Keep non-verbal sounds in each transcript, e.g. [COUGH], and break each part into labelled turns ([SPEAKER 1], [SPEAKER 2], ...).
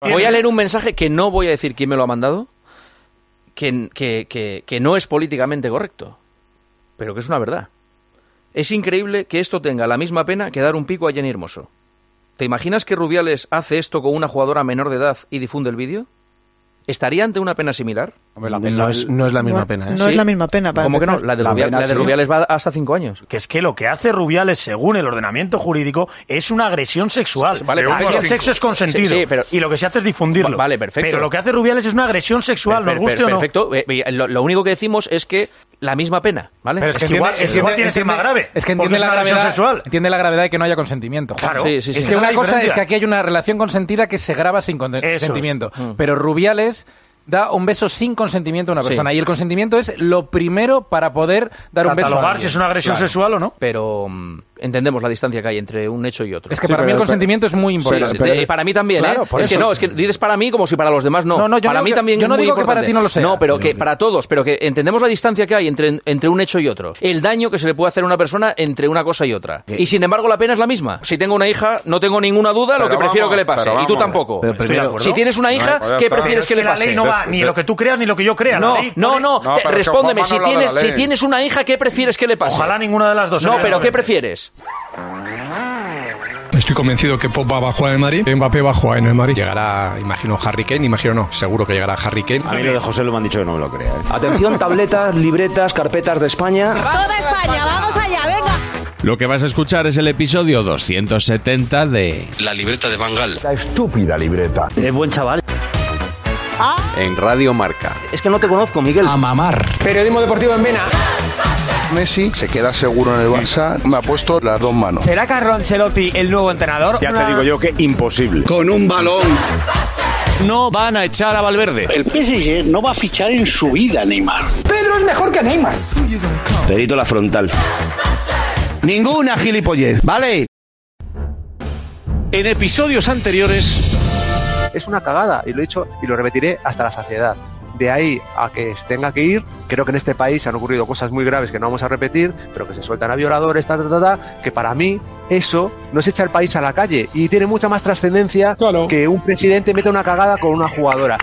[SPEAKER 1] Voy a leer un mensaje que no voy a decir quién me lo ha mandado, que, que, que, que no es políticamente correcto, pero que es una verdad. Es increíble que esto tenga la misma pena que dar un pico a Jenny Hermoso. ¿Te imaginas que Rubiales hace esto con una jugadora menor de edad y difunde el vídeo? ¿Estaría ante una pena similar?
[SPEAKER 2] Hombre, la pena-
[SPEAKER 3] no, es, no es la misma
[SPEAKER 4] No,
[SPEAKER 3] pena, ¿eh?
[SPEAKER 4] No
[SPEAKER 1] Sí.
[SPEAKER 4] es la misma pena. Para
[SPEAKER 1] ¿Cómo que no?
[SPEAKER 4] empezar.
[SPEAKER 1] La de,
[SPEAKER 3] La
[SPEAKER 1] Rubiales,
[SPEAKER 3] pena
[SPEAKER 1] la de
[SPEAKER 3] sí.
[SPEAKER 1] Rubiales va hasta cinco años.
[SPEAKER 5] Que es que lo que hace Rubiales, según el ordenamiento jurídico, es una agresión sexual.
[SPEAKER 1] Sí, vale,
[SPEAKER 5] Pero
[SPEAKER 1] perfecto.
[SPEAKER 5] el sexo es consentido.
[SPEAKER 1] Sí, sí, pero-
[SPEAKER 5] y lo que se hace es difundirlo.
[SPEAKER 1] Va- vale, perfecto.
[SPEAKER 5] Pero lo que hace Rubiales es una agresión sexual,
[SPEAKER 1] Per-
[SPEAKER 5] nos
[SPEAKER 1] per-
[SPEAKER 5] guste o no.
[SPEAKER 1] perfecto. Eh, eh, Lo, lo único que decimos es que la misma pena, ¿vale?
[SPEAKER 2] Pero
[SPEAKER 5] Es que igual- es que igual tiene que ser más grave,
[SPEAKER 2] Es que
[SPEAKER 5] porque
[SPEAKER 2] entiende
[SPEAKER 5] es
[SPEAKER 2] la,
[SPEAKER 5] una agresión
[SPEAKER 2] gravedad,
[SPEAKER 5] sexual.
[SPEAKER 2] entiende la gravedad de que no haya consentimiento. Juan.
[SPEAKER 5] Claro.
[SPEAKER 1] Sí, sí, sí.
[SPEAKER 5] es
[SPEAKER 2] Es
[SPEAKER 5] que
[SPEAKER 2] que
[SPEAKER 5] es
[SPEAKER 2] una
[SPEAKER 5] la
[SPEAKER 2] cosa es
[SPEAKER 5] diferencia.
[SPEAKER 2] que aquí hay una relación consentida que se graba sin consen-
[SPEAKER 5] Eso es.
[SPEAKER 2] consentimiento.
[SPEAKER 1] Mm.
[SPEAKER 2] Pero Rubiales da un beso sin consentimiento a una
[SPEAKER 1] Sí.
[SPEAKER 2] persona. Y el consentimiento es lo primero para poder dar un beso. a
[SPEAKER 5] Catalogar
[SPEAKER 2] alguien.
[SPEAKER 5] si es una agresión
[SPEAKER 2] Claro.
[SPEAKER 5] sexual o no.
[SPEAKER 1] Pero mm, entendemos la distancia que hay entre un hecho y otro.
[SPEAKER 2] Es que
[SPEAKER 1] Sí,
[SPEAKER 2] para mí el
[SPEAKER 3] pero-
[SPEAKER 2] consentimiento es muy importante.
[SPEAKER 1] sí, de- para mí también,
[SPEAKER 2] Claro,
[SPEAKER 1] ¿eh?
[SPEAKER 2] por
[SPEAKER 1] Es que
[SPEAKER 2] eso.
[SPEAKER 1] no, es que dices para mí como si para los demás no.
[SPEAKER 2] No, no, yo
[SPEAKER 1] para
[SPEAKER 2] digo
[SPEAKER 1] mí
[SPEAKER 2] que-
[SPEAKER 1] también
[SPEAKER 2] yo
[SPEAKER 1] es
[SPEAKER 2] no
[SPEAKER 1] muy
[SPEAKER 2] digo que para
[SPEAKER 1] importante.
[SPEAKER 2] ti no lo sea.
[SPEAKER 1] No, pero que
[SPEAKER 2] No, no.
[SPEAKER 1] para todos, pero que entendemos la distancia que hay entre, entre un hecho y otro. El daño que se le puede hacer a una persona entre una cosa y otra. Y sin embargo la pena es la misma. Si tengo una hija, no tengo ninguna duda lo
[SPEAKER 6] Pero
[SPEAKER 1] que prefiero
[SPEAKER 6] vamos,
[SPEAKER 1] que le pase.
[SPEAKER 6] pero
[SPEAKER 1] Y tú
[SPEAKER 6] vamos.
[SPEAKER 1] tampoco.
[SPEAKER 3] Pero
[SPEAKER 5] Estoy de
[SPEAKER 3] primero,
[SPEAKER 5] acuerdo.
[SPEAKER 1] Si tienes una hija,
[SPEAKER 7] pues
[SPEAKER 6] No, ya
[SPEAKER 1] ¿qué
[SPEAKER 6] está.
[SPEAKER 1] prefieres que le
[SPEAKER 5] la
[SPEAKER 1] pase?
[SPEAKER 5] ley no va
[SPEAKER 6] Des-
[SPEAKER 5] ni
[SPEAKER 6] des-
[SPEAKER 5] lo que tú creas ni lo que yo crea.
[SPEAKER 1] No,
[SPEAKER 5] la ley
[SPEAKER 1] no,
[SPEAKER 5] pone-
[SPEAKER 6] No,
[SPEAKER 1] no, te-
[SPEAKER 6] pero es que
[SPEAKER 1] respóndeme,
[SPEAKER 6] Obama
[SPEAKER 1] si
[SPEAKER 6] no habla de
[SPEAKER 1] tienes,
[SPEAKER 6] la
[SPEAKER 1] si
[SPEAKER 6] ley.
[SPEAKER 1] tienes una hija, ¿qué prefieres que le pase?
[SPEAKER 5] Ojalá ninguna de las dos. ¿eh?
[SPEAKER 1] No,
[SPEAKER 5] sería
[SPEAKER 1] pero
[SPEAKER 5] grave.
[SPEAKER 1] ¿qué prefieres?
[SPEAKER 8] Estoy convencido que Pop va a jugar en el Madrid, Mbappé va a jugar en el Madrid. Llegará, imagino, Harry Kane, imagino no, seguro que llegará Harry Kane.
[SPEAKER 3] A mí lo de José lo me han dicho que no me lo crea. ¿eh?
[SPEAKER 7] Atención, tabletas, libretas, carpetas de España.
[SPEAKER 9] Toda España, vamos allá, venga.
[SPEAKER 8] Lo que vas a escuchar es el episodio 270 de La libreta de Bangal.
[SPEAKER 7] La estúpida libreta.
[SPEAKER 1] Es buen chaval.
[SPEAKER 3] En Radio Marca.
[SPEAKER 7] Es que no te conozco, Miguel.
[SPEAKER 2] Periodismo deportivo en Vena.
[SPEAKER 6] Messi se queda seguro en el Barça. Me ha puesto las dos manos.
[SPEAKER 2] ¿Será Carlo Ancelotti el nuevo entrenador?
[SPEAKER 3] Ya te digo yo que imposible.
[SPEAKER 8] Con un balón. No van a echar a Valverde.
[SPEAKER 7] El PSG no va a fichar en su vida, Neymar.
[SPEAKER 4] Pedro es mejor que Neymar.
[SPEAKER 3] Perito la frontal. Ninguna gilipollez, ¿vale?
[SPEAKER 8] En episodios anteriores,
[SPEAKER 6] Es una cagada y lo he dicho y lo repetiré hasta la saciedad. De ahí a que tenga que ir, creo que en este país han ocurrido cosas muy graves que no vamos a repetir, pero que se sueltan a violadores, ta, ta, ta, ta, que para mí eso nos echa el país a la calle y tiene mucha más trascendencia
[SPEAKER 2] Claro.
[SPEAKER 6] que un presidente meta una cagada con una jugadora.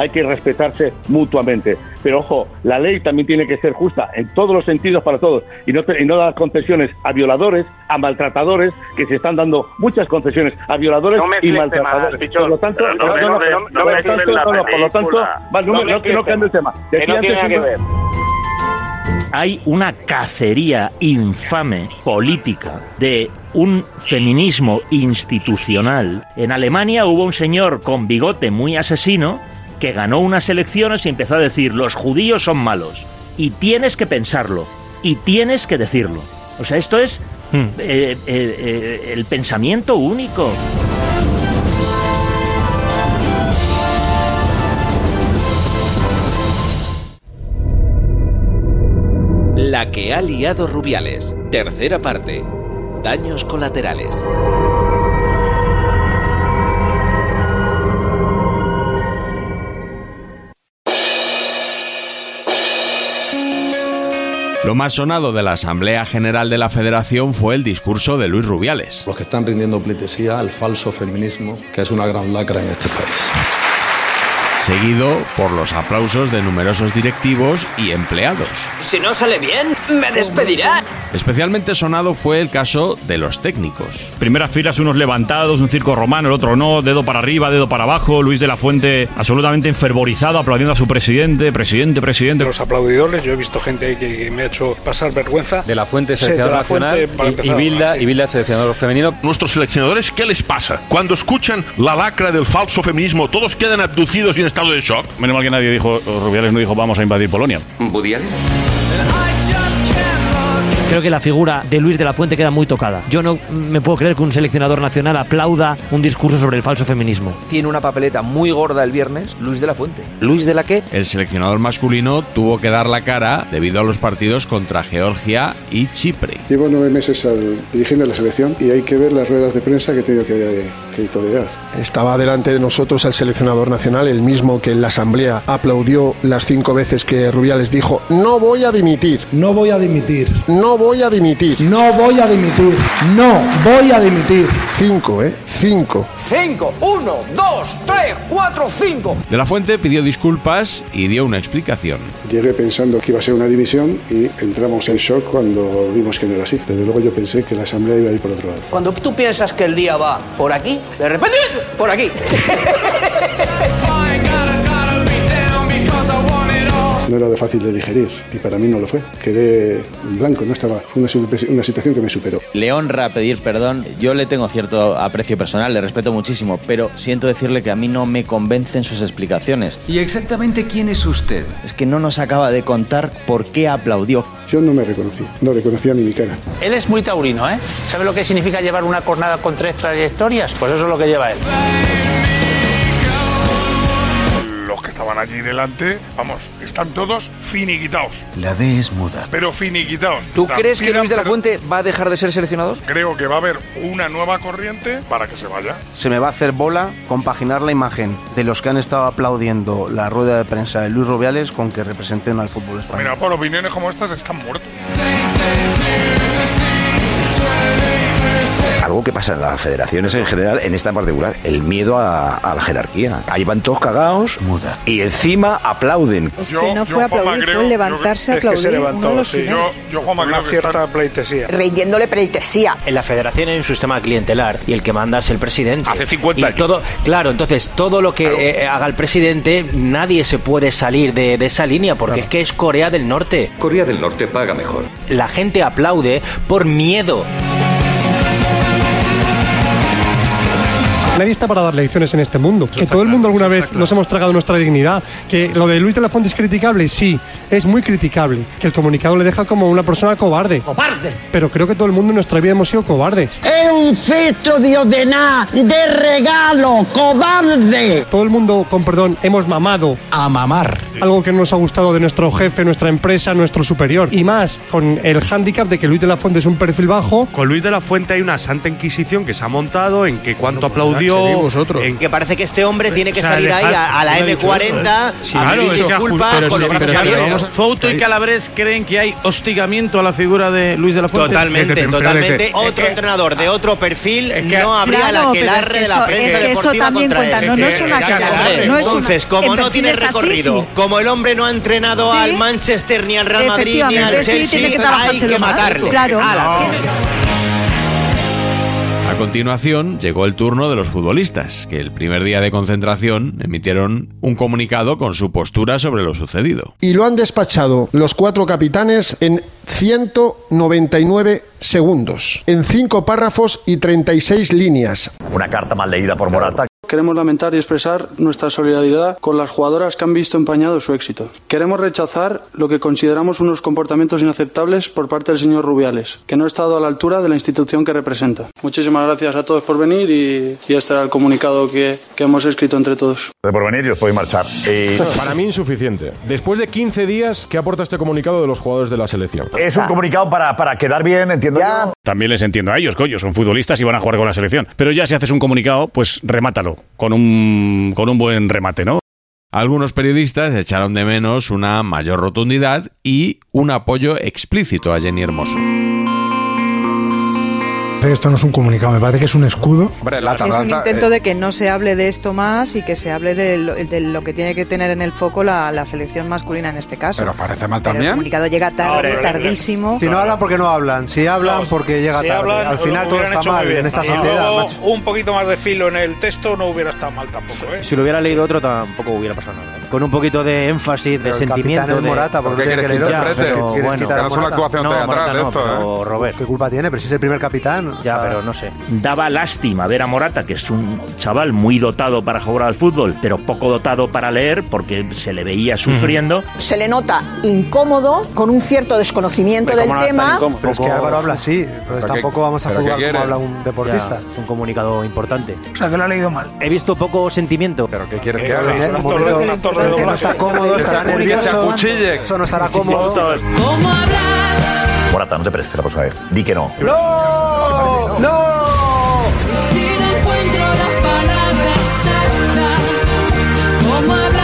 [SPEAKER 7] Hay que respetarse mutuamente. Pero ojo, la ley también tiene que ser justa en todos los sentidos para todos y no, te- y no dar concesiones a violadores, a maltratadores, que se están dando muchas concesiones a violadores y maltratadores. por lo tanto, no, no, no, no, no, por lo tanto, no, no, por lo tanto, va, no, no, que no cambie el tema. De aquí antes una-
[SPEAKER 10] hay una cacería infame política de un feminismo institucional. En Alemania hubo un señor con bigote muy asesino que ganó unas elecciones y empezó a decir los judíos son malos. Y tienes que pensarlo. Y tienes que decirlo. O sea, esto es eh, eh, eh, el pensamiento único. La que ha liado Rubiales. Tercera parte. Daños colaterales.
[SPEAKER 8] lo más sonado de la Asamblea General de la Federación fue el discurso de Luis Rubiales.
[SPEAKER 7] Los que están rindiendo pleitesía al falso feminismo, que es una gran lacra en este país.
[SPEAKER 8] seguido por los aplausos de numerosos directivos y empleados.
[SPEAKER 10] Si no sale bien, me despedirá.
[SPEAKER 8] Especialmente sonado fue el caso de los técnicos.
[SPEAKER 11] Primeras filas, unos levantados, un circo romano, el otro no, dedo para arriba, dedo para abajo, Luis de la Fuente absolutamente enfervorizado, aplaudiendo a su presidente, presidente, presidente.
[SPEAKER 5] Los aplaudidores, yo he visto gente ahí que me ha hecho pasar vergüenza.
[SPEAKER 12] De la Fuente,
[SPEAKER 5] Sí,
[SPEAKER 12] seleccionador
[SPEAKER 5] de la
[SPEAKER 12] nacional,
[SPEAKER 5] Fuente, para
[SPEAKER 12] y- y,
[SPEAKER 5] empezar,
[SPEAKER 12] Bilda, y Bilda, seleccionador femenino.
[SPEAKER 13] Nuestros seleccionadores, ¿qué les pasa? Cuando escuchan la lacra del falso feminismo, todos quedan abducidos y en estado de shock.
[SPEAKER 11] Menos mal que nadie dijo, Rubiales no dijo, vamos a invadir Polonia.
[SPEAKER 2] Creo que la figura de Luis de la Fuente queda muy tocada. Yo no me puedo creer que un seleccionador nacional aplauda un discurso sobre el falso feminismo.
[SPEAKER 1] Tiene una papeleta muy gorda el viernes, Luis de la Fuente.
[SPEAKER 8] Luis de la que el seleccionador masculino tuvo que dar la cara debido a los partidos contra Georgia y Chipre.
[SPEAKER 14] Llevo nueve meses al- dirigiendo la selección y hay que ver las ruedas de prensa que he tenido que, que tolerar.
[SPEAKER 6] Estaba delante de nosotros el seleccionador nacional, el mismo que en la asamblea aplaudió las cinco veces que Rubiales dijo, no voy a dimitir. No voy a dimitir. No voy a dimitir. No voy a dimitir. No voy a dimitir. Cinco, ¿eh? Cinco.
[SPEAKER 15] 5, 1, 2, 3, 4, 5.
[SPEAKER 8] De la Fuente pidió disculpas y dio una explicación.
[SPEAKER 14] Llegué pensando que iba a ser una división y entramos en shock cuando vimos que no era así. Desde luego yo pensé que la asamblea iba a ir por otro lado.
[SPEAKER 16] Cuando tú piensas que el día va por aquí, de repente por aquí.
[SPEAKER 14] No era de fácil de digerir y para mí no lo fue. Quedé en blanco, no estaba. Fue una, superpre- una situación que me superó.
[SPEAKER 17] Le honra pedir perdón. Yo le tengo cierto aprecio personal, le respeto muchísimo, pero siento decirle que a mí no me convencen sus explicaciones.
[SPEAKER 7] ¿Y exactamente quién es usted?
[SPEAKER 17] Es que no nos acaba de contar por qué aplaudió.
[SPEAKER 14] Yo no me reconocí, no reconocía ni mi cara.
[SPEAKER 10] Él es muy taurino, ¿eh? ¿Sabe lo que significa llevar una cornada con tres trayectorias? Pues eso es lo que lleva él.
[SPEAKER 18] Los que estaban allí delante, vamos, están todos finiquitados.
[SPEAKER 7] La D es muda.
[SPEAKER 18] Pero finiquitados.
[SPEAKER 1] ¿Tú crees que
[SPEAKER 18] Pidan
[SPEAKER 1] Luis de la Fuente va a dejar de ser seleccionador?
[SPEAKER 18] Creo que va a haber una nueva corriente para que se vaya.
[SPEAKER 19] Se me va a hacer bola compaginar la imagen de los que han estado aplaudiendo la rueda de prensa de Luis Rubiales con que representen al fútbol español.
[SPEAKER 18] Mira, por opiniones como estas están muertos.
[SPEAKER 20] Algo que pasa en las federaciones en general, en esta en particular, el miedo a, a la jerarquía. Ahí van todos cagados y encima aplauden.
[SPEAKER 3] que no fue
[SPEAKER 18] Juanma,
[SPEAKER 3] aplaudir,
[SPEAKER 18] creo-
[SPEAKER 3] fue levantarse a
[SPEAKER 18] es que se
[SPEAKER 3] aplaudir.
[SPEAKER 18] levantó,
[SPEAKER 3] uno de los
[SPEAKER 18] sí.
[SPEAKER 3] primeros.
[SPEAKER 18] Yo- yo, Juanma, creo que está-
[SPEAKER 3] pleitesía.
[SPEAKER 16] Rindiéndole pleitesía.
[SPEAKER 2] En la federación hay un sistema clientelar y el que manda es el presidente. Hace 50 años. Todo, claro, entonces todo lo que eh, haga el presidente, nadie se puede salir de, de esa línea porque es que es Corea del Norte.
[SPEAKER 7] Corea del Norte paga mejor.
[SPEAKER 2] La gente aplaude por miedo.
[SPEAKER 21] Nadie está para dar lecciones en este mundo. Que todo el mundo alguna vez nos hemos tragado nuestra dignidad. Que lo de Luis de la Fuente es criticable, sí, es muy criticable. Que el comunicado le deja como una persona cobarde. ¡Cobarde! Pero creo que todo el mundo en nuestra vida hemos sido cobardes. Es un cesto de ordená, de regalo, cobarde. Todo el mundo, con perdón, hemos mamado. A mamar. Algo que no nos ha gustado de nuestro jefe, nuestra empresa, nuestro superior. Y más, con el hándicap de que Luis de la Fuente es un perfil bajo.
[SPEAKER 22] Con Luis de la Fuente hay una santa inquisición que se ha montado en que cuánto nada, aplaudió.
[SPEAKER 7] seréis vosotros.
[SPEAKER 22] En
[SPEAKER 7] Que parece que este hombre tiene que
[SPEAKER 22] O sea,
[SPEAKER 7] salir ahí
[SPEAKER 22] dejar-
[SPEAKER 7] a, a
[SPEAKER 22] no
[SPEAKER 7] la
[SPEAKER 22] he dicho
[SPEAKER 7] M40,
[SPEAKER 22] eso, ¿eh? Sí,
[SPEAKER 7] a
[SPEAKER 22] claro,
[SPEAKER 7] pedir
[SPEAKER 22] eso.
[SPEAKER 7] disculpas
[SPEAKER 22] Pero
[SPEAKER 7] con
[SPEAKER 22] sí, pero
[SPEAKER 7] los
[SPEAKER 22] sí,
[SPEAKER 7] brazos
[SPEAKER 22] pero
[SPEAKER 7] abiertos.
[SPEAKER 22] vamos a-
[SPEAKER 16] Fouto y Calabres creen que hay hostigamiento a la figura de Luis de la Fuente.
[SPEAKER 7] Totalmente, totalmente. Otro entrenador de otro perfil no habría
[SPEAKER 21] Claro,
[SPEAKER 7] la que
[SPEAKER 21] pero es
[SPEAKER 7] darle
[SPEAKER 21] que
[SPEAKER 7] de
[SPEAKER 21] eso-
[SPEAKER 7] la prensa
[SPEAKER 21] es que eso
[SPEAKER 7] deportiva
[SPEAKER 21] también
[SPEAKER 7] contra
[SPEAKER 21] cuenta,
[SPEAKER 7] él.
[SPEAKER 21] no, no es una
[SPEAKER 7] Era
[SPEAKER 21] cara,
[SPEAKER 7] grave.
[SPEAKER 21] no es una-
[SPEAKER 7] Entonces, como
[SPEAKER 21] en
[SPEAKER 7] no tiene
[SPEAKER 21] perfiles así,
[SPEAKER 7] recorrido,
[SPEAKER 21] sí.
[SPEAKER 7] como el hombre no ha entrenado
[SPEAKER 21] Sí.
[SPEAKER 7] al Manchester, ni al Real Madrid, ni al
[SPEAKER 21] Efectivamente, sí, tiene
[SPEAKER 7] Chelsea,
[SPEAKER 21] que
[SPEAKER 7] hay
[SPEAKER 21] trabajárselo
[SPEAKER 7] que
[SPEAKER 21] más.
[SPEAKER 7] matarle. Ah,
[SPEAKER 21] Claro.
[SPEAKER 7] Ala.
[SPEAKER 8] A continuación llegó el turno de los futbolistas, que el primer día de concentración emitieron un comunicado con su postura sobre lo sucedido.
[SPEAKER 6] Y lo han despachado los cuatro capitanes en 199 segundos, en cinco párrafos y 36 líneas.
[SPEAKER 22] Una carta mal leída por Morata.
[SPEAKER 23] Queremos lamentar y expresar nuestra solidaridad con las jugadoras que han visto empañado su éxito. Queremos rechazar lo que consideramos unos comportamientos inaceptables por parte del señor Rubiales, que no ha estado a la altura de la institución que representa. Muchísimas gracias a todos por venir y, y este era el comunicado que- que hemos escrito entre todos.
[SPEAKER 22] De porvenir y os podéis marchar.
[SPEAKER 23] [LAUGHS]
[SPEAKER 24] Para mí insuficiente. Después de 15 días, ¿qué aporta este comunicado de los jugadores de la selección?
[SPEAKER 22] Es un comunicado para, para quedar bien, entiendo. yo.
[SPEAKER 25] También les entiendo a ellos, coño, son futbolistas y van a jugar con la selección. Pero ya si haces un comunicado, pues remátalo con un, con un buen remate, ¿no?
[SPEAKER 8] Algunos periodistas echaron de menos una mayor rotundidad y un apoyo explícito a Jenny Hermoso.
[SPEAKER 26] Parece que esto no es un comunicado, me parece que es un escudo.
[SPEAKER 3] es un
[SPEAKER 27] eh,
[SPEAKER 18] eh.
[SPEAKER 3] intento de que no se hable de esto más y que se hable de lo, de lo que tiene que tener en el foco la, la selección masculina en este caso.
[SPEAKER 27] Pero parece mal
[SPEAKER 3] Pero el
[SPEAKER 27] también.
[SPEAKER 3] comunicado llega tarde, tardísimo.
[SPEAKER 7] Si no hablan porque no hablan, si hablan porque llega
[SPEAKER 3] Si
[SPEAKER 7] tarde.
[SPEAKER 3] hablan,
[SPEAKER 7] Al final
[SPEAKER 3] lo
[SPEAKER 7] todo
[SPEAKER 3] hubieran
[SPEAKER 7] está
[SPEAKER 3] hecho
[SPEAKER 7] mal
[SPEAKER 3] muy bien.
[SPEAKER 7] en esta
[SPEAKER 3] Y
[SPEAKER 7] sociedad.
[SPEAKER 3] luego-
[SPEAKER 7] macho.
[SPEAKER 3] Un poquito más de filo en el texto no hubiera estado mal tampoco, ¿eh?
[SPEAKER 2] Si lo hubiera leído otro, tampoco hubiera pasado nada. Con un poquito de énfasis, de
[SPEAKER 7] Pero el capitán
[SPEAKER 2] sentimiento.
[SPEAKER 7] es
[SPEAKER 2] de
[SPEAKER 7] Morata, ¿por qué
[SPEAKER 2] Porque
[SPEAKER 7] quieres
[SPEAKER 2] queréis-
[SPEAKER 7] quitar-
[SPEAKER 2] ya,
[SPEAKER 7] Frete,
[SPEAKER 2] pero
[SPEAKER 7] quieres
[SPEAKER 2] bueno,
[SPEAKER 7] quitar a Que no son la Morata? actuación
[SPEAKER 2] No,
[SPEAKER 7] teatral
[SPEAKER 2] Morata no,
[SPEAKER 7] esto,
[SPEAKER 2] pero
[SPEAKER 7] ¿eh?
[SPEAKER 2] Robert.
[SPEAKER 7] ¿Qué culpa tiene? Pero si es el primer capitán.
[SPEAKER 2] Ya, pero no sé.
[SPEAKER 10] Daba lástima ver a Morata, que es un chaval muy dotado para jugar al fútbol, pero poco dotado para leer porque se le veía sufriendo.
[SPEAKER 28] Se le nota incómodo, con un cierto desconocimiento del tema.
[SPEAKER 7] Pero es que Álvaro habla así, entonces
[SPEAKER 2] ¿Pero qué-
[SPEAKER 7] tampoco vamos a
[SPEAKER 2] pero qué
[SPEAKER 7] jugar como
[SPEAKER 2] quieres?
[SPEAKER 7] habla un deportista.
[SPEAKER 2] Ya, es un comunicado importante.
[SPEAKER 7] O sea, que lo ha leído mal.
[SPEAKER 2] He visto poco sentimiento. ¿Pero qué quieres
[SPEAKER 7] que haga? Un actor de- un actor de doblaje. Que se acu- que se acuchille.
[SPEAKER 27] Morata, no te prestes la próxima vez. Di que no.
[SPEAKER 28] ¡No! ¡No! Y si no encuentro las palabras exactas, ¿cómo hablar?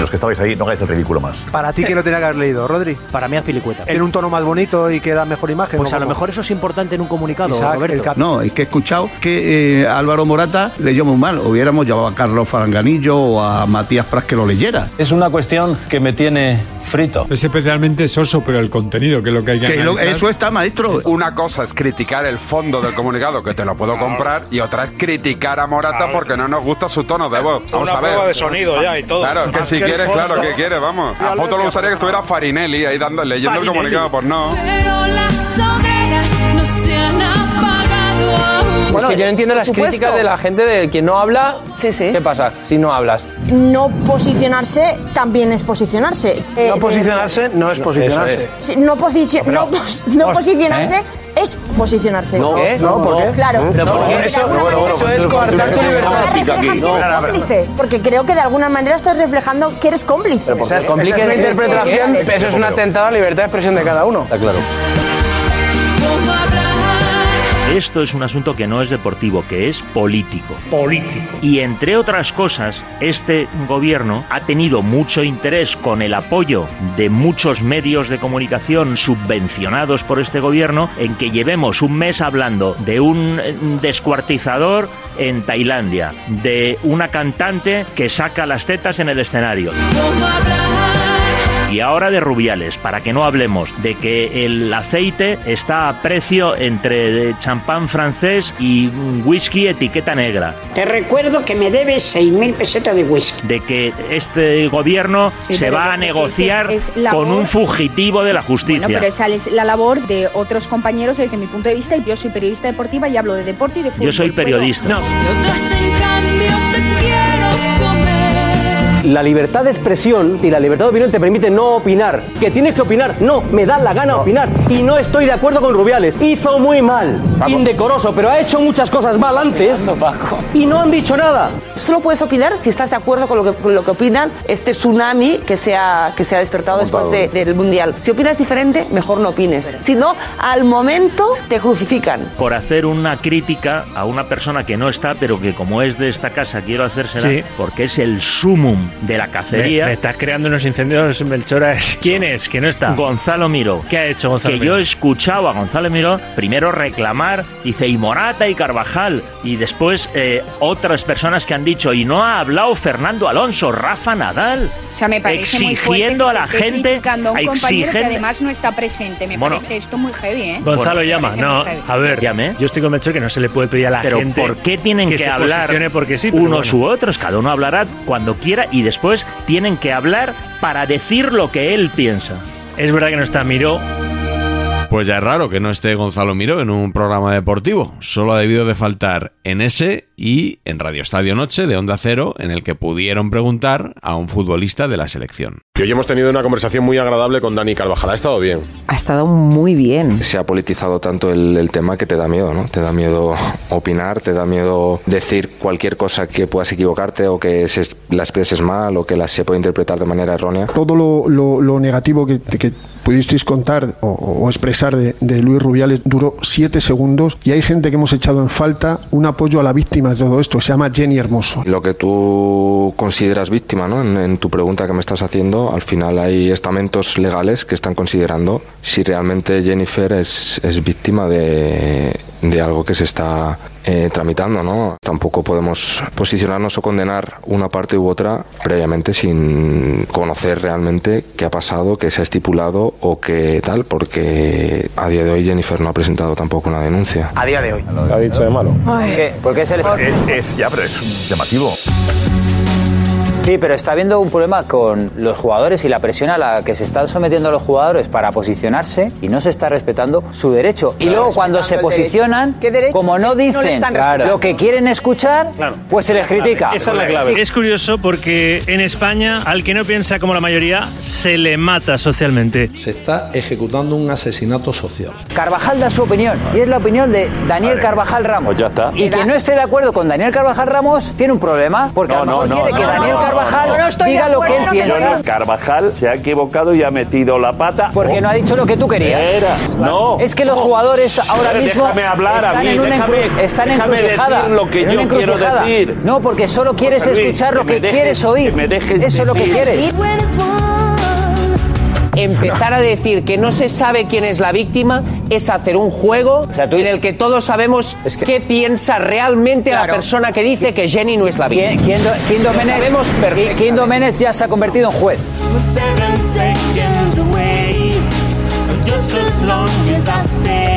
[SPEAKER 27] Los que estabais ahí, no hagáis el ridículo más.
[SPEAKER 7] Para ti que lo tenía que haber leído, Rodri.
[SPEAKER 2] Para mí, Azpilicueta.
[SPEAKER 7] Tiene un tono más bonito y queda mejor imagen.
[SPEAKER 2] Pues
[SPEAKER 7] ¿no?
[SPEAKER 2] a lo
[SPEAKER 7] Como-
[SPEAKER 2] mejor eso es importante en un comunicado,
[SPEAKER 7] Isaac, el
[SPEAKER 2] Roberto.
[SPEAKER 7] cap-
[SPEAKER 16] No, es que he escuchado que eh, Álvaro Morata leyó muy mal. Hubiéramos llamado a Carlos Faranganillo o a Matías Pras que lo leyera.
[SPEAKER 28] Es una cuestión que me tiene frito. Es especialmente soso, pero el contenido, que es lo que hay
[SPEAKER 16] Que lo-
[SPEAKER 28] analizar.
[SPEAKER 16] eso está, maestro.
[SPEAKER 27] Una cosa es criticar el fondo del comunicado, que te lo puedo comprar, y otra es criticar a Morata porque no nos gusta su tono de voz. Vamos
[SPEAKER 3] Una
[SPEAKER 27] a ver.
[SPEAKER 3] prueba de sonido ya y todo.
[SPEAKER 27] Claro, que
[SPEAKER 3] Más
[SPEAKER 27] si
[SPEAKER 3] que el
[SPEAKER 27] quieres,
[SPEAKER 3] fondo.
[SPEAKER 27] claro, que quieres, vamos. A foto lo gustaría que estuviera Farinelli ahí dando, leyendo el comunicado, pues no.
[SPEAKER 28] Pero las hogueras no se han apagado aún.
[SPEAKER 16] Bueno,
[SPEAKER 3] eh,
[SPEAKER 16] yo no entiendo las
[SPEAKER 28] Supuesto.
[SPEAKER 16] críticas de la gente de quien no habla. ¿Qué pasa si no hablas?
[SPEAKER 28] No posicionarse también es posicionarse. Eh,
[SPEAKER 7] No posicionarse no es posicionarse.
[SPEAKER 28] Sí, No, posici- no, pos- no posicionarse es posicionarse.
[SPEAKER 7] No, ¿eh? No, ¿por qué?
[SPEAKER 28] Claro.
[SPEAKER 7] Pero ¿por
[SPEAKER 28] porque
[SPEAKER 7] qué?
[SPEAKER 28] de
[SPEAKER 7] Eso-
[SPEAKER 28] alguna
[SPEAKER 7] bueno,
[SPEAKER 28] manera-
[SPEAKER 7] bueno, eso es coartar tu libertad.
[SPEAKER 28] Ahora reflejas
[SPEAKER 7] Aquí.
[SPEAKER 28] que
[SPEAKER 7] No,
[SPEAKER 28] eres
[SPEAKER 7] no, no,
[SPEAKER 28] cómplice, porque creo que de alguna manera estás reflejando que eres cómplice.
[SPEAKER 7] Pero, ¿por qué?
[SPEAKER 16] Se complica
[SPEAKER 7] Esa es
[SPEAKER 16] la
[SPEAKER 7] la
[SPEAKER 16] interpretación,
[SPEAKER 7] interpretación.
[SPEAKER 16] eso es un atentado a la libertad de expresión de cada uno.
[SPEAKER 28] Está claro.
[SPEAKER 10] Esto es un asunto que no es deportivo, que es político.
[SPEAKER 3] Político.
[SPEAKER 10] Y entre otras cosas, este gobierno ha tenido mucho interés con el apoyo de muchos medios de comunicación subvencionados por este gobierno en que llevemos un mes hablando de un eh, descuartizador en Tailandia, de una cantante que saca las tetas en el escenario. Y ahora de Rubiales, para que no hablemos de que el aceite está a precio entre eh, champán francés y whisky etiqueta negra.
[SPEAKER 29] Te recuerdo que me debes 6.000 pesetas de whisky.
[SPEAKER 10] De que este gobierno
[SPEAKER 28] Sí,
[SPEAKER 10] se
[SPEAKER 28] pero
[SPEAKER 10] va a
[SPEAKER 28] lo que
[SPEAKER 10] negociar
[SPEAKER 28] dices es labor-
[SPEAKER 10] con un fugitivo de la justicia.
[SPEAKER 28] Bueno, pero esa es la labor de otros compañeros desde mi punto de vista y yo soy periodista deportiva y hablo de deporte y de fútbol.
[SPEAKER 10] Yo soy periodista.
[SPEAKER 28] Otras, en cambio, te quiero comer.
[SPEAKER 16] La libertad de expresión y la libertad de opinión te permite no opinar. Que tienes que opinar. No, me da la gana opinar. Y no estoy de acuerdo con Rubiales. Hizo muy mal, indecoroso, pero ha hecho muchas cosas mal antes. Y no han dicho nada.
[SPEAKER 30] Solo puedes opinar si estás de acuerdo con lo que, con lo que opinan este tsunami que se ha, que se ha despertado después de- del Mundial. Si opinas diferente, mejor no opines. Si no, al momento te crucifican.
[SPEAKER 10] por hacer una crítica a una persona que no está, pero que como es de esta casa quiero hacérsela,
[SPEAKER 29] Sí.
[SPEAKER 10] porque es el sumum de la cacería.
[SPEAKER 29] Me, me estás creando unos incendios, Melchoras. [LAUGHS] ¿Quién es? Que no está.
[SPEAKER 10] Gonzalo Miro.
[SPEAKER 29] ¿Qué ha hecho Gonzalo
[SPEAKER 10] que yo escuchaba a Gonzalo Miró primero reclamar, dice, y Morata y Carvajal, y después eh, otras personas que han dicho, y no ha hablado Fernando Alonso, Rafa Nadal,
[SPEAKER 28] O sea, me parece muy fuerte
[SPEAKER 10] exigiendo
[SPEAKER 28] que
[SPEAKER 10] a la
[SPEAKER 28] se esté
[SPEAKER 10] gente,
[SPEAKER 28] criticando a un compañero que
[SPEAKER 10] exigen-
[SPEAKER 28] además no está presente. Me
[SPEAKER 10] Bueno.
[SPEAKER 28] parece esto muy heavy, ¿eh?
[SPEAKER 29] Gonzalo
[SPEAKER 28] Me
[SPEAKER 29] llama.
[SPEAKER 28] parece
[SPEAKER 29] No,
[SPEAKER 28] muy heavy.
[SPEAKER 29] a ver. Yo estoy convencido que no se le puede pedir a la
[SPEAKER 10] Pero
[SPEAKER 29] gente.
[SPEAKER 10] ¿por qué tienen que,
[SPEAKER 29] se
[SPEAKER 10] hablar
[SPEAKER 29] posicione porque sí, pero
[SPEAKER 10] unos
[SPEAKER 29] bueno.
[SPEAKER 10] u otros? Cada uno hablará cuando quiera y después tienen que hablar para decir lo que él piensa.
[SPEAKER 29] Es verdad que no está Miró.
[SPEAKER 8] Pues ya es raro que no esté Gonzalo Miró en un programa deportivo. Solo ha debido de faltar en ese y en Radio Estadio Noche de Onda Cero, en el que pudieron preguntar a un futbolista de la selección.
[SPEAKER 31] Y hoy hemos tenido una conversación muy agradable con Dani Carvajal. Ha estado bien.
[SPEAKER 30] Ha estado muy bien.
[SPEAKER 32] Se ha politizado tanto el, el tema que te da miedo, ¿no? Te da miedo opinar, te da miedo decir cualquier cosa que puedas equivocarte o que se- la expreses mal o que la se puede interpretar de manera errónea.
[SPEAKER 6] Todo lo, lo- lo negativo que, que pudisteis contar o, o expresar de, de Luis Rubiales duró siete segundos y hay gente que hemos echado en falta un apoyo a la víctima de todo esto, que se llama Jenny Hermoso.
[SPEAKER 32] Lo que tú consideras víctima, ¿no? En, en tu pregunta que me estás haciendo, ¿no? Al final hay estamentos legales que están considerando si realmente Jennifer es, es víctima de, de algo que se está eh, tramitando, ¿no? Tampoco podemos posicionarnos o condenar una parte u otra previamente sin conocer realmente qué ha pasado, qué se ha estipulado o qué tal, porque a día de hoy Jennifer no ha presentado tampoco una denuncia.
[SPEAKER 16] A día de hoy.
[SPEAKER 33] ¿Qué ha dicho de malo?
[SPEAKER 16] Porque es el...
[SPEAKER 10] Es, es, ya, pero es llamativo.
[SPEAKER 16] Sí, pero está habiendo un problema con los jugadores y la presión a la que se están sometiendo los jugadores para posicionarse y no se está respetando su derecho. Y luego cuando se
[SPEAKER 34] respetando el
[SPEAKER 16] posicionan,
[SPEAKER 34] derecho. ¿Qué derecho?
[SPEAKER 16] como no
[SPEAKER 34] No le
[SPEAKER 16] dicen
[SPEAKER 34] están respetando.
[SPEAKER 16] lo que quieren escuchar, pues se les critica.
[SPEAKER 34] Esa es la clave.
[SPEAKER 35] Es curioso porque en España al que no piensa como la mayoría se le mata socialmente. Se está ejecutando un asesinato social.
[SPEAKER 16] Carvajal da su opinión y es la opinión de Daniel Carvajal Ramos.
[SPEAKER 10] Pues ya está.
[SPEAKER 16] Y que no esté de acuerdo con Daniel Carvajal Ramos tiene un problema porque a lo mejor quiere que Daniel Carvajal diga lo que él piensa.
[SPEAKER 10] No, no, Carvajal se ha equivocado y ha metido la pata.
[SPEAKER 16] Porque no ha dicho lo que tú querías.
[SPEAKER 10] Era. No.
[SPEAKER 16] Es que los jugadores ahora
[SPEAKER 10] Déjame
[SPEAKER 16] mismo
[SPEAKER 10] hablar a
[SPEAKER 16] están
[SPEAKER 10] mí,
[SPEAKER 16] en una
[SPEAKER 10] déjame-
[SPEAKER 16] encru- están
[SPEAKER 10] déjame
[SPEAKER 16] encrucijada,
[SPEAKER 10] decir lo que
[SPEAKER 16] en
[SPEAKER 10] yo
[SPEAKER 16] una
[SPEAKER 10] quiero
[SPEAKER 16] encrucijada.
[SPEAKER 10] decir.
[SPEAKER 16] No, porque solo quieres
[SPEAKER 10] José Luis,
[SPEAKER 16] escuchar lo que,
[SPEAKER 10] que me dejes-
[SPEAKER 16] quieres oír.
[SPEAKER 10] que me dejes
[SPEAKER 16] Eso es lo que
[SPEAKER 10] decir.
[SPEAKER 16] quieres.
[SPEAKER 2] Empezar a decir que no se sabe quién es la víctima es hacer un juego en el que todos sabemos qué piensa realmente la persona que dice que Jenny no es la
[SPEAKER 16] ¿Quién,
[SPEAKER 2] víctima.
[SPEAKER 16] quién, do- quién
[SPEAKER 2] Lo
[SPEAKER 16] Domenech-
[SPEAKER 2] sabemos
[SPEAKER 16] quién-
[SPEAKER 2] perfectamente.
[SPEAKER 16] quién Domenech ya se ha convertido en juez.
[SPEAKER 36] We're seven seconds away, just as long as I stay.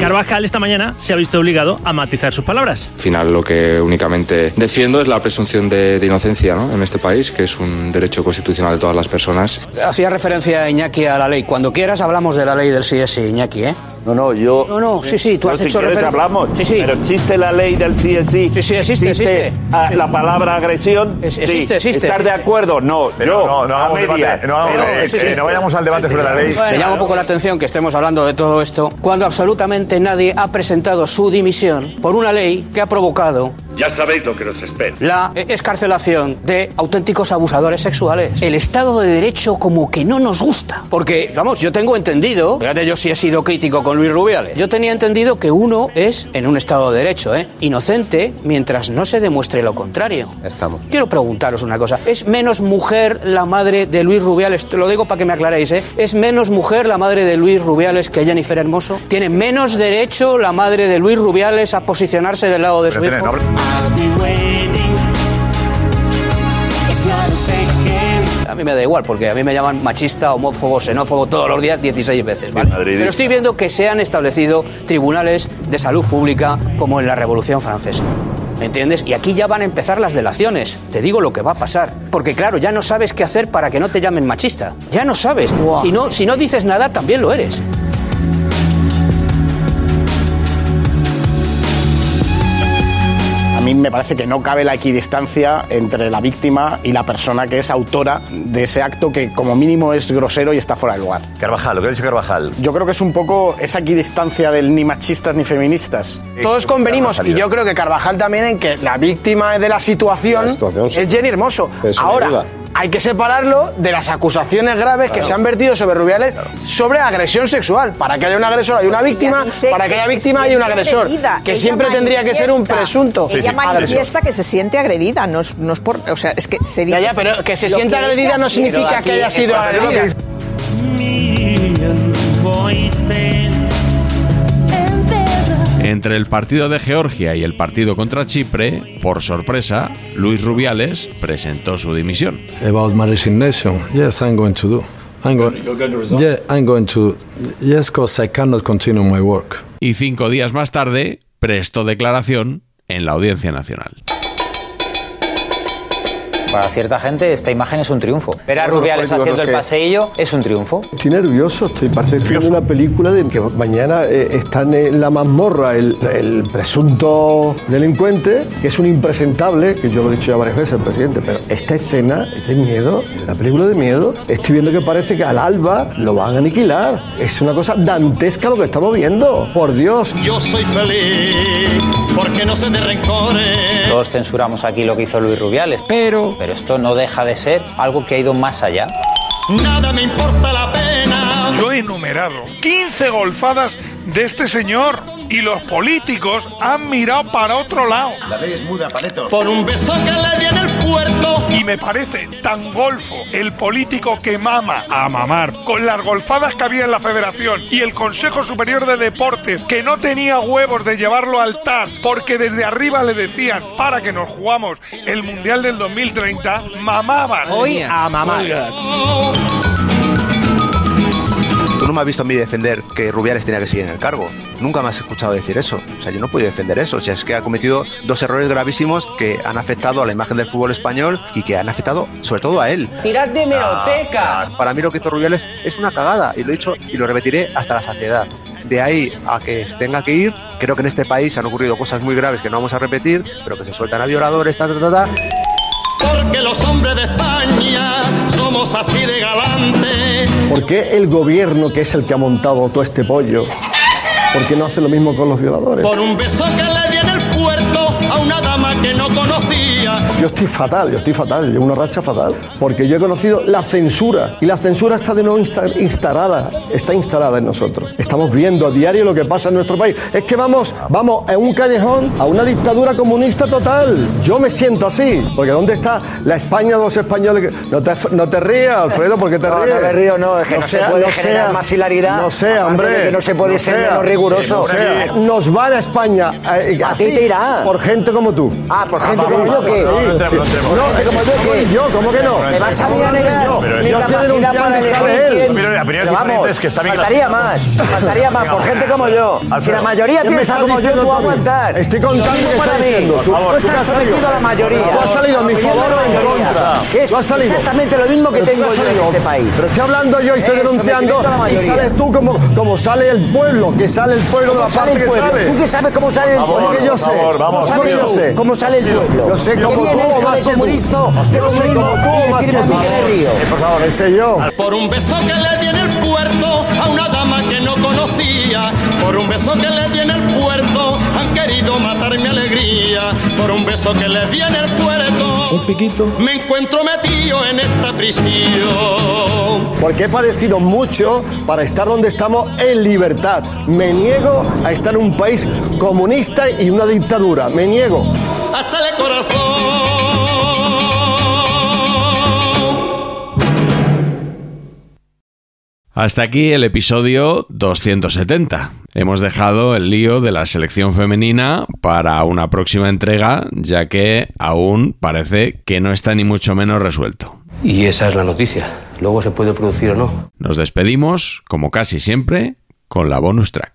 [SPEAKER 35] Carvajal esta mañana se ha visto obligado a matizar sus palabras.
[SPEAKER 32] Al final lo que únicamente defiendo es la presunción de, de inocencia ¿no? en este país, que es un derecho constitucional de todas las personas.
[SPEAKER 16] Hacía referencia Iñaki a la ley. Cuando quieras hablamos de la ley del sí Iñaki, ¿eh?
[SPEAKER 10] No, no, yo.
[SPEAKER 16] No, no, sí, sí, tú
[SPEAKER 10] Pero
[SPEAKER 16] has
[SPEAKER 10] si
[SPEAKER 16] hecho
[SPEAKER 10] quieres
[SPEAKER 16] referencia.
[SPEAKER 10] hablamos.
[SPEAKER 16] Sí, sí.
[SPEAKER 10] Pero existe la ley del sí es sí. Sí, sí,
[SPEAKER 16] existe, existe.
[SPEAKER 10] ah,
[SPEAKER 16] Sí.
[SPEAKER 10] La palabra agresión.
[SPEAKER 16] Es-
[SPEAKER 10] sí.
[SPEAKER 16] existe, existe,
[SPEAKER 10] ¿Estar
[SPEAKER 16] existe.
[SPEAKER 10] de acuerdo? No. Yo, yo. no, a media. Pero existe.
[SPEAKER 16] Me llama un poco la atención que estemos hablando de todo esto cuando absolutamente nadie ha presentado su dimisión por una ley que ha provocado
[SPEAKER 2] Ya sabéis lo que nos espera.
[SPEAKER 16] la eh, escarcelación de auténticos abusadores sexuales. El Estado de Derecho como que no nos gusta. Porque, vamos, yo tengo entendido, fíjate, yo sí he sido crítico con Luis Rubiales, yo tenía entendido que uno es, en un Estado de Derecho, ¿eh? inocente mientras no se demuestre lo contrario. Estamos. Quiero preguntaros una cosa. ¿Es menos mujer la madre de Luis Rubiales? Te lo digo para que me aclaréis, ¿eh? ¿Es menos mujer la madre de Luis Rubiales que Jennifer Hermoso? ¿Tiene menos derecho la madre de Luis Rubiales a posicionarse del lado de su hijo?
[SPEAKER 36] I'll be waiting. It's not a second.
[SPEAKER 16] A mí me da igual, porque a mí me llaman machista, homófobo, xenófobo todos los días 16 veces, ¿vale?
[SPEAKER 10] Madrid.
[SPEAKER 16] Pero estoy viendo que se han establecido tribunales de salud pública como en la Revolución Francesa. ¿Me entiendes? Y aquí ya van a empezar las delaciones. Te digo lo que va a pasar. Porque claro, ya no sabes qué hacer para que no te llamen machista. Ya no sabes. Si, no, si no dices nada, también lo eres.
[SPEAKER 7] A mí me parece que no cabe la equidistancia entre la víctima y la persona que es autora de ese acto que como mínimo es grosero y está fuera de lugar.
[SPEAKER 10] Carvajal, lo que ha dicho Carvajal.
[SPEAKER 7] Yo creo que es un poco esa equidistancia del ni machistas ni feministas. Todos convenimos, y yo creo que Carvajal también, en que la víctima de la situación,
[SPEAKER 14] De la situación, sí.
[SPEAKER 7] es Jenny Hermoso.
[SPEAKER 14] Eso no hay duda.
[SPEAKER 7] Ahora, hay que separarlo de las acusaciones graves que se han vertido sobre Rubiales sobre agresión sexual. Para que haya un agresor hay una víctima,
[SPEAKER 37] dice
[SPEAKER 7] para que
[SPEAKER 37] que
[SPEAKER 7] haya
[SPEAKER 37] se
[SPEAKER 7] víctima hay un
[SPEAKER 37] siente
[SPEAKER 7] agresor.
[SPEAKER 37] agredida.
[SPEAKER 7] Que
[SPEAKER 37] Ella
[SPEAKER 7] siempre tendría que ser un
[SPEAKER 37] manifiesta-
[SPEAKER 7] presunto.
[SPEAKER 37] Ella manifiesta que se siente agredida, no es, no es por. O sea, es que se dice.
[SPEAKER 7] Ya, ya, pero que se
[SPEAKER 37] lo
[SPEAKER 7] sienta
[SPEAKER 37] ella
[SPEAKER 7] agredida no
[SPEAKER 37] quiere.
[SPEAKER 7] significa que haya sido
[SPEAKER 37] Pero aquí-
[SPEAKER 7] agredida.
[SPEAKER 36] Million voices. And there's a
[SPEAKER 8] Entre el partido de Georgia y el partido contra Chipre, por sorpresa, Luis Rubiales presentó su dimisión.
[SPEAKER 37] About my resignation, yes, I'm going to do. I'm going.
[SPEAKER 8] You'll get the result.
[SPEAKER 37] Yeah, I'm going to. Yes, because I cannot continue my work.
[SPEAKER 8] Y cinco días más tarde prestó declaración en la Audiencia Nacional.
[SPEAKER 16] Para cierta gente esta imagen es un triunfo. Ver a
[SPEAKER 38] Todos los
[SPEAKER 16] Rubiales
[SPEAKER 38] políticos
[SPEAKER 16] haciendo
[SPEAKER 38] los
[SPEAKER 16] el
[SPEAKER 38] que-
[SPEAKER 16] paseillo es un triunfo.
[SPEAKER 38] Estoy nervioso, estoy parece que estoy en una película de que mañana eh, están en la mazmorra el, el presunto delincuente, que es un impresentable, que yo lo he dicho ya varias veces, presidente, pero esta escena es de miedo, es una película de miedo. Estoy viendo que parece que al alba lo van a aniquilar. Es una cosa dantesca lo que estamos viendo, por Dios.
[SPEAKER 18] Yo soy feliz porque no sé de rencores.
[SPEAKER 16] Todos censuramos aquí lo que hizo Luis Rubiales. Pero. Pero esto no deja de ser algo que ha ido más allá.
[SPEAKER 18] Nada me importa la pena. Yo he enumerado 15 golfadas de este señor y los políticos han mirado para otro lado.
[SPEAKER 39] La ley es muda, paleto.
[SPEAKER 18] Por un beso que le di en el puerto. Y me parece tan golfo el político que mama a mamar con las golfadas que había en la federación y el Consejo Superior de Deportes que no tenía huevos de llevarlo al TAR porque desde arriba le decían para que nos jugamos el Mundial del 2030, mamaban.
[SPEAKER 2] Hoy a mamar.
[SPEAKER 7] Tú no me has visto a mí defender que Rubiales tenía que seguir en el cargo. Nunca me has escuchado decir eso. O sea, yo no puedo defender eso. O sea, es que ha cometido dos errores gravísimos que han afectado a la imagen del fútbol español y que han afectado sobre todo a él.
[SPEAKER 10] Tirad de meroteca.
[SPEAKER 7] Para mí lo que hizo Rubiales es una cagada y lo he dicho y lo repetiré hasta la saciedad. De ahí a que tenga que ir, creo que en este país han ocurrido cosas muy graves que no vamos a repetir, pero que se sueltan a violadores, ta, ta, ta, ta.
[SPEAKER 39] Porque los hombres de España somos así de galantes.
[SPEAKER 38] ¿Por qué el gobierno, que es el que ha montado todo este pollo, por qué no hace lo mismo con los violadores?
[SPEAKER 39] Por un beso que le di en el puerto a una dama que no conocía.
[SPEAKER 38] Yo estoy fatal, yo estoy fatal, llevo una racha fatal. Porque yo he conocido la censura. Y la censura está de nuevo insta- instalada, está instalada en nosotros. Estamos viendo a diario lo que pasa en nuestro país. Es que vamos, vamos a un callejón, a una dictadura comunista total. Yo me siento así. Porque ¿dónde está la España de los españoles? que- No te, no te rías, Alfredo, porque te
[SPEAKER 2] No,
[SPEAKER 38] ríes.
[SPEAKER 2] no me río, no, es que no,
[SPEAKER 38] sea-
[SPEAKER 2] se puede
[SPEAKER 38] no
[SPEAKER 2] generar
[SPEAKER 38] seas-
[SPEAKER 2] más hilaridad.
[SPEAKER 38] No sea,
[SPEAKER 2] aparte
[SPEAKER 38] hombre.
[SPEAKER 2] de que no se puede ser
[SPEAKER 38] sea.
[SPEAKER 2] menos riguroso.
[SPEAKER 38] Que no sea. Nos van a España eh,
[SPEAKER 2] A
[SPEAKER 38] así,
[SPEAKER 2] ti te irá.
[SPEAKER 38] por gente como tú.
[SPEAKER 2] Ah, por gente como yo que.
[SPEAKER 38] No, como yo que. Yo, ¿cómo que no?
[SPEAKER 2] Me vas a mí a negar
[SPEAKER 38] Yo,
[SPEAKER 2] mi
[SPEAKER 38] yo estoy
[SPEAKER 2] capacidad para
[SPEAKER 38] denunciando,
[SPEAKER 2] elegir
[SPEAKER 38] sabe él.
[SPEAKER 2] quién.
[SPEAKER 38] Mira, mira, opiniones
[SPEAKER 2] Pero vamos,
[SPEAKER 38] diferentes que está bien
[SPEAKER 2] Faltaría más,
[SPEAKER 38] clasificado.
[SPEAKER 2] faltaría más, por gente como yo. Si
[SPEAKER 38] Alfredo,
[SPEAKER 2] la mayoría
[SPEAKER 38] ¿qué me
[SPEAKER 2] piensa
[SPEAKER 38] estás
[SPEAKER 2] como yo,
[SPEAKER 38] diciendo
[SPEAKER 2] tú
[SPEAKER 38] tú a mí?
[SPEAKER 2] aguantar.
[SPEAKER 38] Estoy contando
[SPEAKER 2] Lo mismo
[SPEAKER 38] lo que
[SPEAKER 2] para
[SPEAKER 38] estás
[SPEAKER 2] mí.
[SPEAKER 38] diciendo. Por favor,
[SPEAKER 2] Tú
[SPEAKER 38] tú
[SPEAKER 2] estás
[SPEAKER 38] has salido.
[SPEAKER 2] sometido a la mayoría.
[SPEAKER 38] Tú has salido a mi
[SPEAKER 2] Opinión
[SPEAKER 38] favor
[SPEAKER 2] de la
[SPEAKER 38] o en
[SPEAKER 2] mayoría,
[SPEAKER 38] contra.
[SPEAKER 2] Que es
[SPEAKER 38] Tú has salido.
[SPEAKER 2] exactamente lo mismo que
[SPEAKER 38] Pero tú
[SPEAKER 2] tengo
[SPEAKER 38] has
[SPEAKER 2] yo en
[SPEAKER 38] salido.
[SPEAKER 2] este país.
[SPEAKER 38] Pero estoy hablando yo y estoy
[SPEAKER 2] Eh,
[SPEAKER 38] denunciando.
[SPEAKER 2] sometimiento a la
[SPEAKER 38] Y
[SPEAKER 2] mayoría.
[SPEAKER 38] sales tú como, como sale el pueblo, que sale el pueblo de la
[SPEAKER 2] ¿Cómo sale
[SPEAKER 38] parte
[SPEAKER 2] el
[SPEAKER 38] que
[SPEAKER 2] pueblo?
[SPEAKER 38] sale.
[SPEAKER 2] ¿Tú qué sabes cómo sale el
[SPEAKER 38] Por
[SPEAKER 2] pueblo?
[SPEAKER 38] que yo
[SPEAKER 2] Por
[SPEAKER 38] sé.
[SPEAKER 2] favor, vamos,
[SPEAKER 38] ¿Cómo sabes
[SPEAKER 2] Alfredo.
[SPEAKER 38] yo sé?
[SPEAKER 2] ¿Cómo sale el pueblo?
[SPEAKER 38] Yo sé
[SPEAKER 2] Que
[SPEAKER 38] cómo
[SPEAKER 2] vienes
[SPEAKER 38] tú
[SPEAKER 2] con
[SPEAKER 38] más
[SPEAKER 2] el
[SPEAKER 38] que tú.
[SPEAKER 2] comunista,
[SPEAKER 38] Yo
[SPEAKER 2] de
[SPEAKER 38] sé
[SPEAKER 2] un
[SPEAKER 38] cómo
[SPEAKER 2] ritmo,
[SPEAKER 38] tú
[SPEAKER 2] y
[SPEAKER 38] más que
[SPEAKER 2] decirme a
[SPEAKER 38] tú.
[SPEAKER 2] mí que me río.
[SPEAKER 38] Eh, Por favor, ese yo.
[SPEAKER 39] Por un beso que le di en el puerto a una dama que no conocía. Por un beso que le di en el puerto han querido matar mi alegría. Por un beso que le di en el puerto
[SPEAKER 38] Un piquito.
[SPEAKER 39] me encuentro metido en esta prisión.
[SPEAKER 38] Porque he padecido mucho para estar donde estamos en libertad. Me niego a estar en un país comunista y una dictadura. Me niego.
[SPEAKER 39] Hasta el corazón.
[SPEAKER 8] Hasta aquí el episodio 270. Hemos dejado el lío de la selección femenina para una próxima entrega, ya que aún parece que no está ni mucho menos resuelto.
[SPEAKER 7] Y esa es la noticia. Luego se puede producir o no.
[SPEAKER 8] Nos despedimos, como casi siempre, con la bonus track.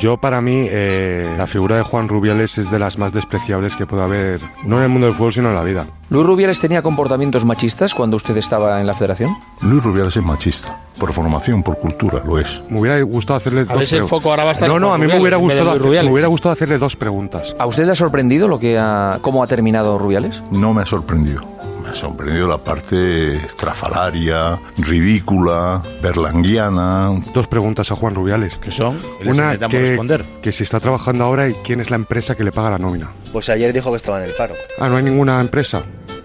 [SPEAKER 26] Yo para mí eh, la figura de Juan Rubiales es de las más despreciables que puede haber, no en el mundo del fútbol, sino en la vida.
[SPEAKER 7] ¿Luis Rubiales tenía comportamientos machistas cuando usted estaba en la federación?
[SPEAKER 13] Luis Rubiales es machista. Por formación, por cultura, lo es.
[SPEAKER 26] Me hubiera gustado hacerle dos
[SPEAKER 13] ver si el
[SPEAKER 26] pregu-
[SPEAKER 13] foco ahora va a estar
[SPEAKER 26] No,
[SPEAKER 13] en
[SPEAKER 26] no, a
[SPEAKER 13] Juan
[SPEAKER 26] mí me hubiera,
[SPEAKER 13] Rubiales en vez de
[SPEAKER 26] gustado,
[SPEAKER 13] Luis
[SPEAKER 26] hacer-
[SPEAKER 13] Rubiales.
[SPEAKER 26] me hubiera gustado hacerle dos preguntas.
[SPEAKER 7] ¿A usted le ha sorprendido lo que ha, cómo ha terminado Rubiales?
[SPEAKER 13] No me ha sorprendido. Me ha sorprendido la parte estrafalaria, ridícula, berlanguiana.
[SPEAKER 26] Dos preguntas a Juan Rubiales.
[SPEAKER 13] ¿Qué son?
[SPEAKER 26] Una que, que si está trabajando ahora y quién es la empresa que le paga la nómina.
[SPEAKER 5] Pues ayer dijo que estaba en el paro.
[SPEAKER 26] Ah, no hay ninguna empresa.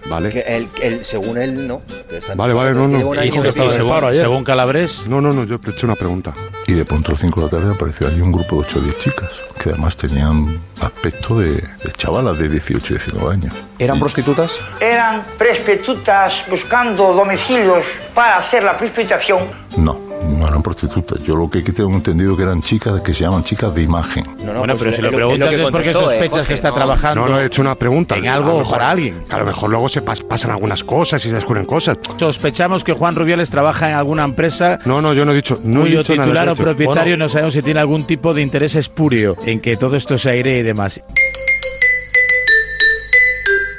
[SPEAKER 26] Vale.
[SPEAKER 5] Que él, él, según él, no. Que está en
[SPEAKER 26] Vale,
[SPEAKER 5] el
[SPEAKER 26] vale,
[SPEAKER 5] paro,
[SPEAKER 26] no,
[SPEAKER 5] lleva un
[SPEAKER 26] no.
[SPEAKER 5] año y medio.
[SPEAKER 26] Calabres. No, no, no, yo he hecho una pregunta.
[SPEAKER 13] Y de pronto a las 5 de la tarde apareció ahí un grupo de 8 o 10 chicas, que además tenían aspecto de, de chavalas de 18 y 19 años.
[SPEAKER 7] ¿Eran prostitutas?
[SPEAKER 40] Eran prostitutas buscando domicilios para hacer la prostitución.
[SPEAKER 13] No, no eran prostitutas. Yo lo que aquí tengo entendido que eran chicas que se llaman chicas de imagen.
[SPEAKER 26] Bueno,
[SPEAKER 5] pero si lo eh, preguntas pues es porque sospechas que está
[SPEAKER 26] No,
[SPEAKER 5] trabajando
[SPEAKER 26] no, he hecho una pregunta.
[SPEAKER 5] en
[SPEAKER 26] A lo
[SPEAKER 5] algo
[SPEAKER 26] mejor-
[SPEAKER 5] para alguien.
[SPEAKER 26] que A lo mejor luego se pas- pasan algunas cosas y se descubren cosas.
[SPEAKER 41] Sospechamos que Juan Rubiales trabaja en alguna empresa
[SPEAKER 26] No, no, yo no he dicho. No he
[SPEAKER 41] cuyo
[SPEAKER 26] dicho nada,
[SPEAKER 41] titular
[SPEAKER 26] no
[SPEAKER 41] o
[SPEAKER 26] he dicho.
[SPEAKER 41] propietario no sabemos si tiene algún tipo de interés espurio en que todo esto se aire y demás.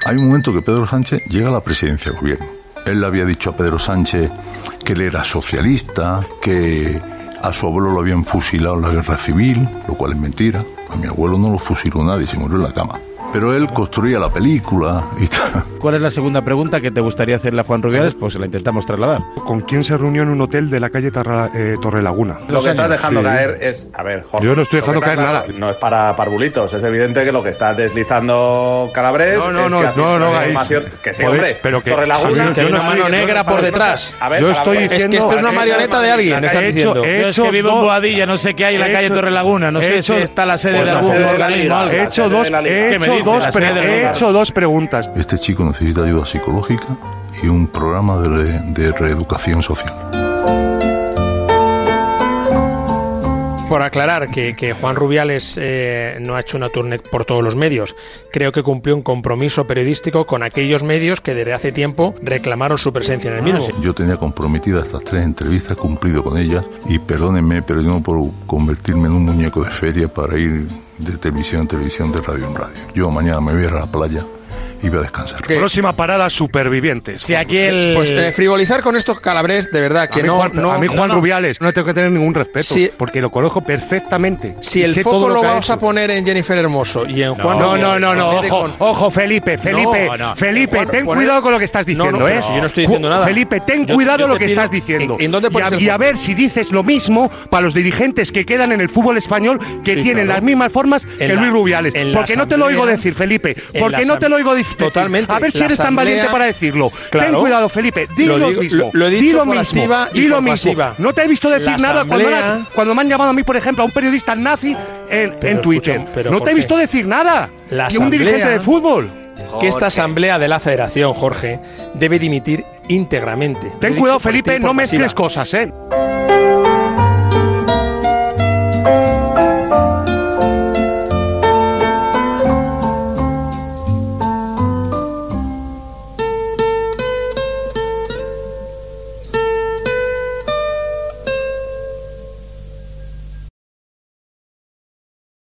[SPEAKER 13] Hay un momento que Pedro Sánchez llega a la presidencia del gobierno. Él le había dicho a Pedro Sánchez que él era socialista, que A su abuelo lo habían fusilado en la guerra civil, lo cual es mentira. A mi abuelo no lo fusiló nadie, se murió en la cama. Pero él construía la película y
[SPEAKER 5] [LAUGHS]
[SPEAKER 13] tal.
[SPEAKER 26] ¿Cuál es la segunda pregunta que te gustaría hacerle a Juan Rubiales? Pues se la intentamos trasladar.
[SPEAKER 7] ¿Con quién se reunió en un hotel de la calle Tarra- eh, Torrelaguna?
[SPEAKER 5] Lo que estás dejando
[SPEAKER 7] Sí.
[SPEAKER 5] caer es. A ver, Jorge.
[SPEAKER 7] Yo no estoy
[SPEAKER 5] lo que
[SPEAKER 7] dejando
[SPEAKER 5] está
[SPEAKER 7] caer nada.
[SPEAKER 5] claro, No es para parvulitos. Es evidente que lo que está deslizando Calabres.
[SPEAKER 7] No,
[SPEAKER 5] es
[SPEAKER 7] no,
[SPEAKER 5] que
[SPEAKER 7] no,
[SPEAKER 5] hace
[SPEAKER 7] no, no,
[SPEAKER 5] una
[SPEAKER 7] Gaís.
[SPEAKER 5] información- Que sí,
[SPEAKER 7] Joder,
[SPEAKER 5] hombre.
[SPEAKER 7] pero que-
[SPEAKER 5] Torrelaguna-
[SPEAKER 7] Sabino,
[SPEAKER 5] que
[SPEAKER 7] yo no
[SPEAKER 5] una
[SPEAKER 7] estoy-
[SPEAKER 5] mano
[SPEAKER 7] yo no
[SPEAKER 5] negra
[SPEAKER 7] estoy
[SPEAKER 5] por
[SPEAKER 7] diciendo-
[SPEAKER 5] detrás. A ver,
[SPEAKER 7] Yo
[SPEAKER 5] Calabres,
[SPEAKER 7] estoy
[SPEAKER 5] es que
[SPEAKER 7] diciendo-
[SPEAKER 5] esto es una marioneta de alguien,
[SPEAKER 7] He
[SPEAKER 5] estás
[SPEAKER 7] hecho-
[SPEAKER 5] diciendo.
[SPEAKER 7] he
[SPEAKER 5] Yo es que
[SPEAKER 7] hecho
[SPEAKER 5] vivo en
[SPEAKER 7] dos-
[SPEAKER 5] Boadilla, no sé qué hay en la
[SPEAKER 7] he
[SPEAKER 5] calle
[SPEAKER 7] hecho-
[SPEAKER 5] Torrelaguna, no
[SPEAKER 7] he
[SPEAKER 5] sé
[SPEAKER 7] hecho-
[SPEAKER 5] si está la sede
[SPEAKER 7] Pues
[SPEAKER 5] de
[SPEAKER 7] la
[SPEAKER 5] algún
[SPEAKER 7] sede de la
[SPEAKER 5] organismo,
[SPEAKER 7] Liga.
[SPEAKER 5] algo.
[SPEAKER 7] He
[SPEAKER 5] La
[SPEAKER 7] hecho
[SPEAKER 5] sede
[SPEAKER 7] dos,
[SPEAKER 5] de la Liga.
[SPEAKER 7] he
[SPEAKER 5] ¿Qué me
[SPEAKER 7] hecho
[SPEAKER 5] dices?
[SPEAKER 7] dos
[SPEAKER 5] La
[SPEAKER 7] pre-
[SPEAKER 5] sede de la
[SPEAKER 7] he
[SPEAKER 5] Liga.
[SPEAKER 7] hecho dos preguntas.
[SPEAKER 13] Este chico necesita ayuda psicológica y un programa de, re- de reeducación social.
[SPEAKER 5] Por aclarar que, que Juan Rubiales eh, no ha hecho una tournée por todos los medios. Creo que cumplió un compromiso periodístico con aquellos medios que desde hace tiempo reclamaron su presencia en el
[SPEAKER 7] Ah,
[SPEAKER 5] mismo.
[SPEAKER 13] Yo tenía comprometidas estas tres entrevistas, cumplido con ellas, y perdónenme, pero yo no puedo convertirme en un muñeco de feria para ir de televisión en televisión, de radio en radio. Yo mañana me voy a ir a la playa y voy a descansar.
[SPEAKER 7] Próxima parada, supervivientes.
[SPEAKER 5] Si aquí el-
[SPEAKER 42] Pues eh, frivolizar con estos calabres, de verdad,
[SPEAKER 7] A
[SPEAKER 42] que
[SPEAKER 7] mí
[SPEAKER 42] no,
[SPEAKER 7] Juan,
[SPEAKER 42] no-
[SPEAKER 7] a mí Juan
[SPEAKER 42] no, no.
[SPEAKER 7] Rubiales no tengo que tener ningún respeto
[SPEAKER 42] Si-
[SPEAKER 7] porque lo conozco perfectamente.
[SPEAKER 42] Si
[SPEAKER 7] Y
[SPEAKER 42] el
[SPEAKER 7] sé
[SPEAKER 42] foco
[SPEAKER 7] todo
[SPEAKER 42] lo
[SPEAKER 7] que ha
[SPEAKER 42] vamos
[SPEAKER 7] hecho.
[SPEAKER 42] a poner en Jennifer Hermoso y en Juan
[SPEAKER 7] no, no,
[SPEAKER 42] Rubiales,
[SPEAKER 7] no, no,
[SPEAKER 42] en vez de
[SPEAKER 7] ojo,
[SPEAKER 42] con-
[SPEAKER 7] ojo, Felipe, Eh, Felipe,
[SPEAKER 42] No, no.
[SPEAKER 7] Felipe,
[SPEAKER 42] Juan,
[SPEAKER 7] ten
[SPEAKER 42] poner-
[SPEAKER 7] cuidado con lo que estás
[SPEAKER 42] No, no,
[SPEAKER 7] diciendo,
[SPEAKER 42] pero
[SPEAKER 7] ¿eh?
[SPEAKER 42] si yo no estoy diciendo
[SPEAKER 7] Ju-
[SPEAKER 42] nada.
[SPEAKER 7] Felipe, ten
[SPEAKER 42] Yo-
[SPEAKER 7] cuidado
[SPEAKER 42] yo
[SPEAKER 7] lo
[SPEAKER 42] te
[SPEAKER 7] que
[SPEAKER 42] pido-
[SPEAKER 7] estás diciendo.
[SPEAKER 42] ¿en- en dónde
[SPEAKER 7] y,
[SPEAKER 42] pones
[SPEAKER 7] a,
[SPEAKER 42] el
[SPEAKER 7] y a
[SPEAKER 42] foco?
[SPEAKER 7] ver si dices lo mismo para los dirigentes que quedan en el fútbol español que
[SPEAKER 42] Sí,
[SPEAKER 7] tienen
[SPEAKER 42] claro.
[SPEAKER 7] las mismas formas que
[SPEAKER 42] la-
[SPEAKER 7] Luis Rubiales.
[SPEAKER 42] en la
[SPEAKER 7] Porque no te lo oigo
[SPEAKER 42] asamblea-
[SPEAKER 7] decir, Felipe.
[SPEAKER 42] en
[SPEAKER 7] Porque
[SPEAKER 42] la
[SPEAKER 7] no te lo
[SPEAKER 42] asam-
[SPEAKER 7] oigo decir.
[SPEAKER 42] Totalmente.
[SPEAKER 7] A ver si
[SPEAKER 42] La
[SPEAKER 7] eres tan
[SPEAKER 42] asamblea-
[SPEAKER 7] valiente para decirlo. Ten
[SPEAKER 42] Claro.
[SPEAKER 7] cuidado, Felipe. Di
[SPEAKER 42] Lo
[SPEAKER 7] lo,
[SPEAKER 42] digo-
[SPEAKER 7] mismo.
[SPEAKER 42] lo- lo he
[SPEAKER 7] di
[SPEAKER 42] dicho
[SPEAKER 7] lo
[SPEAKER 42] por
[SPEAKER 7] mismo.
[SPEAKER 42] activa y
[SPEAKER 7] di lo
[SPEAKER 42] por
[SPEAKER 7] mismo.
[SPEAKER 42] pasiva.
[SPEAKER 7] No te he visto decir
[SPEAKER 42] La
[SPEAKER 7] nada cuando me,
[SPEAKER 42] asamblea-
[SPEAKER 7] han- cuando me han llamado a mí, por ejemplo, a un periodista nazi en,
[SPEAKER 42] Pero
[SPEAKER 7] en Twitter.
[SPEAKER 42] escucha, pero,
[SPEAKER 7] no te he
[SPEAKER 42] Jorge,
[SPEAKER 7] visto decir nada.
[SPEAKER 42] la
[SPEAKER 7] Ni un dirigente
[SPEAKER 42] asamblea-
[SPEAKER 7] de fútbol.
[SPEAKER 42] que esta asamblea de la Federación, Jorge, debe dimitir íntegramente. Lo he
[SPEAKER 7] Ten
[SPEAKER 42] dicho
[SPEAKER 7] cuidado,
[SPEAKER 42] por activa
[SPEAKER 7] Felipe,
[SPEAKER 42] y por
[SPEAKER 7] no mezcles
[SPEAKER 42] pasiva.
[SPEAKER 7] cosas, ¿eh?